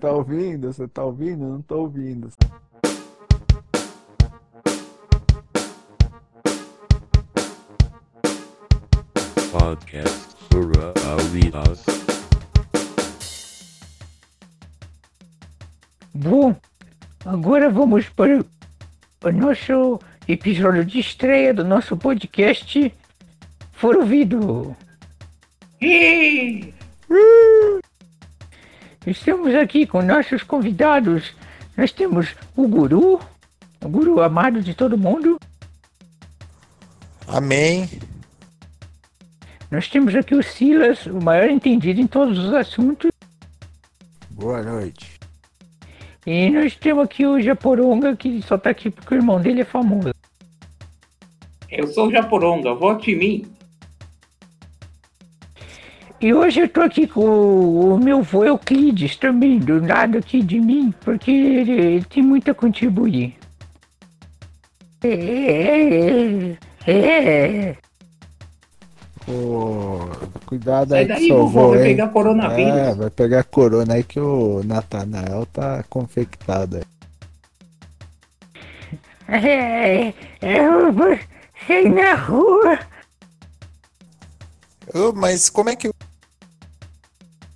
tá ouvindo? Você tá ouvindo? Eu não tô ouvindo. Podcast para ouvidos. Bom, agora vamos para o nosso episódio de estreia do nosso podcast For Ouvido. Ih! Estamos aqui com nossos convidados. Nós temos o Guru, o Guru amado de todo mundo. Amém. Nós temos aqui o Silas, o maior entendido em todos os assuntos. Boa noite. E nós temos aqui o Japoronga, que só tá aqui porque o irmão dele é famoso. Eu sou o Japoronga, vote em mim. E hoje eu tô aqui com o, o meu vô Euclides também, do lado aqui de mim, porque ele, ele tem muito a contribuir. É, é, é. Ô, cuidado Sai aí que daí, seu vovô, avô, vai hein? pegar coronavírus. É, vai pegar corona aí que o Natanael tá confectado aí. É, eu vou sair na rua. Ô, mas como é que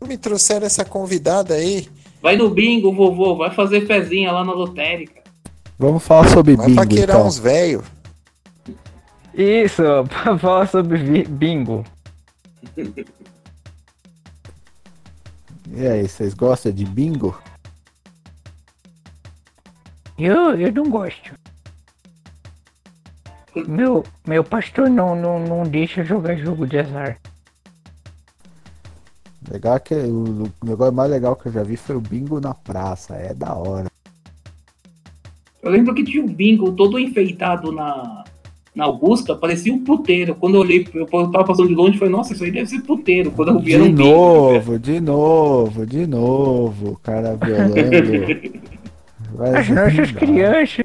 me trouxeram essa convidada aí? Vai no bingo, vovô, vai fazer pezinha lá na lotérica. Vamos falar sobre Vai bingo, paquerar então. uns velho. Isso, pra falar sobre vi- bingo. E aí, vocês gostam de bingo? Eu, eu não gosto. Meu, meu pastor não, não, não deixa jogar jogo de azar. Legal que o o negócio mais legal que eu já vi foi o bingo na praça. É da hora. Eu lembro que tinha um bingo todo enfeitado na, na Augusta, parecia um puteiro. Quando eu olhei, eu tava passando de longe e falei, nossa, isso aí deve ser puteiro. Quando eu vi, De era um bingo. novo, de novo, de novo. O cara violando. Vai As nossas zumbar. crianças.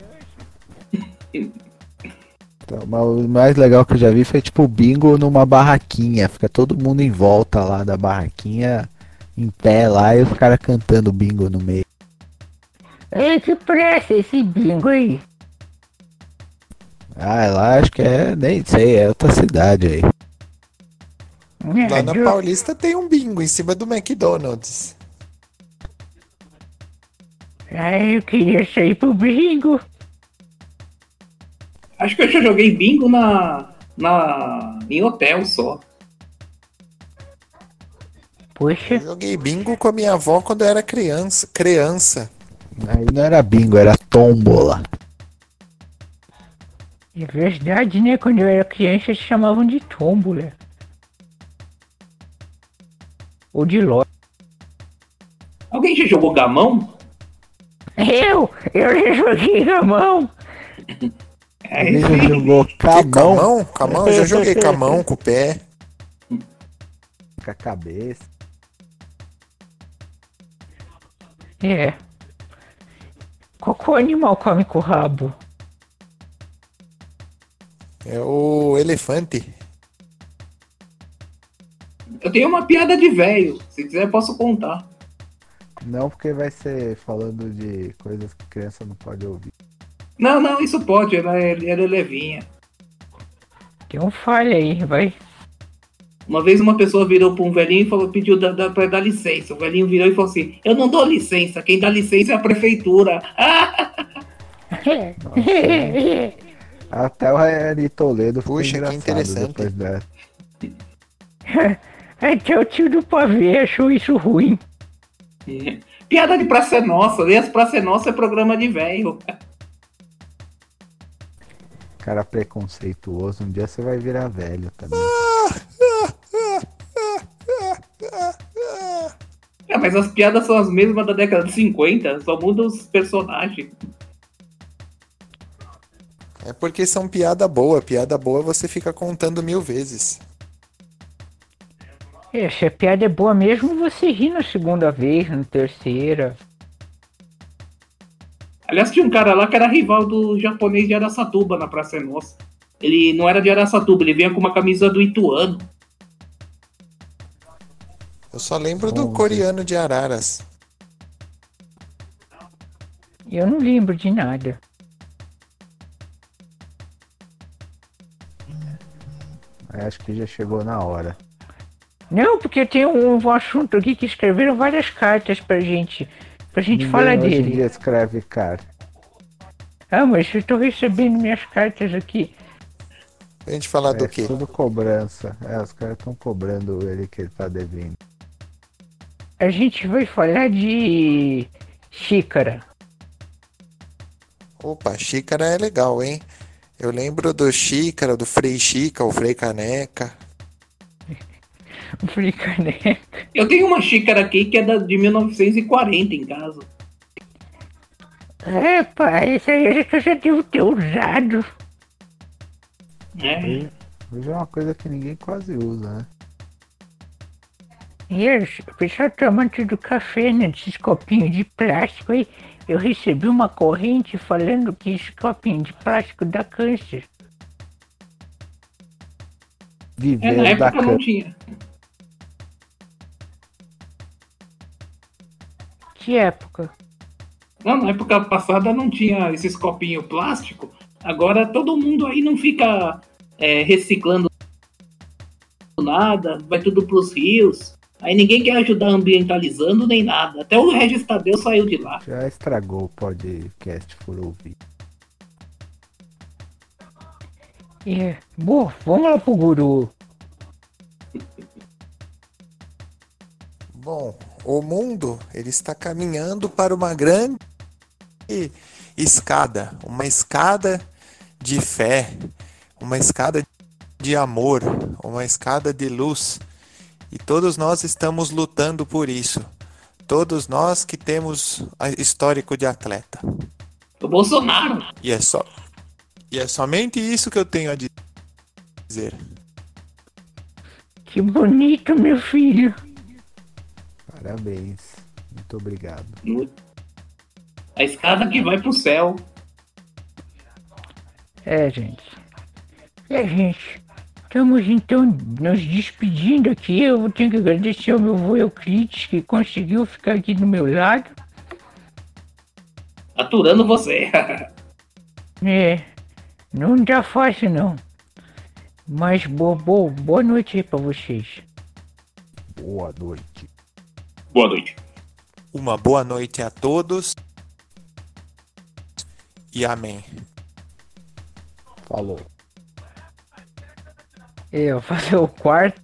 Então, mas o mais legal que eu já vi foi tipo bingo numa barraquinha. Fica todo mundo em volta lá da barraquinha, em pé lá, e os caras cantando bingo no meio. É que pressa esse bingo aí. Ah, lá acho que é, nem sei, é outra cidade aí. Né, Lá na jo- Paulista tem um bingo em cima do McDonald's. Ai, eu queria sair pro bingo. Acho que eu já joguei bingo na, na, em hotel só. Eu Poxa, joguei bingo com a minha avó quando eu era criança. Criança. Aí não era bingo, era tombola. é verdade, né? Quando eu era criança chamavam de tómbola. Ou de ló. Alguém já jogou gamão? Eu? Eu já joguei na mão. É, Ele esse- jogou Que cabão Camão? Camão? Eu já joguei camão com o pé. com a cabeça. É. Qual animal come com o rabo? É o elefante. eu tenho uma piada de velho. Se quiser, posso contar. Não, porque vai ser falando de coisas que criança não pode ouvir. Não, não, isso pode. Ela, é- ela é levinha. Tem um falha aí, vai. Uma vez uma pessoa virou para um velhinho e falou, pediu da, da, pra dar licença. O velhinho virou e falou assim: Eu não dou licença, quem dá licença é a prefeitura. Ah! Até o Ari Toledo ficou Puxa, que engraçado interessante. depois dessa. Até o tio do pavê achou isso ruim. Piada de Praça é Nossa, aliás, Praça é Nossa é programa de velho. Cara preconceituoso, um dia você vai virar velho também. É, mas as piadas são as mesmas da década de 50, só muda os personagens. É porque são piada boa. Piada boa você fica contando mil vezes. É, se a piada é boa mesmo, você ri na segunda vez, na terceira. Aliás, tinha um cara lá que era rival do japonês de Araçatuba na Praça é Nossa. Ele não era de Araçatuba, ele vinha com uma camisa do Ituano. Eu só lembro do Onze. coreano de Araras. Eu não lembro de nada. Acho que já chegou na hora. Não, porque tem um assunto aqui que escreveram várias cartas pra gente. Pra gente Ninguém falar hoje em dele. dia escreve carta. Ah, mas eu tô recebendo minhas cartas aqui. A gente falar É do quê? tudo cobrança. É, os caras estão cobrando ele que ele tá devendo. A gente vai falar de xícara. Opa, xícara é legal, hein? Eu lembro do xícara, do Frei Chica, o Frei Caneca. Eu falei, caneca. Eu tenho uma xícara aqui que é da, de 1940 em casa. É, pai, isso aí eu acho que eu já devo ter usado. Né? Hoje é uma coisa que ninguém quase usa, né? E eu- o pessoal tomando tudo café nesses copinhos de plástico aí. Eu recebi uma corrente falando que esse copinho de plástico dá câncer. É, na Viver da época não cama. tinha. Que época? Não, na época passada não tinha esses copinhos plástico. Agora todo mundo aí não fica é, reciclando nada, vai tudo pros rios. Aí ninguém quer ajudar ambientalizando nem nada. Até o Regis Tadeu saiu de lá. Já estragou o podcast por ouvir. É. Bom, vamos lá pro guru. Bom, o mundo ele está caminhando para uma grande escada, uma escada de fé, uma escada de amor, uma escada de luz. E todos nós estamos lutando por isso. Todos nós que temos a- histórico de atleta. O Bolsonaro. E é só E é somente isso que eu tenho a di- dizer. Que bonito, meu filho. Parabéns. Muito obrigado. No- A escada que vai pro céu. É, gente. É, gente. Estamos então nos despedindo aqui. Eu tenho que agradecer ao meu avô Euclides que conseguiu ficar aqui do meu lado. Aturando você. É, não tá fácil não. Mas bo, bo, boa noite aí pra vocês. Boa noite. Boa noite. Uma boa noite a todos. E amém. Falou. É, Eu vou fazer o quarto.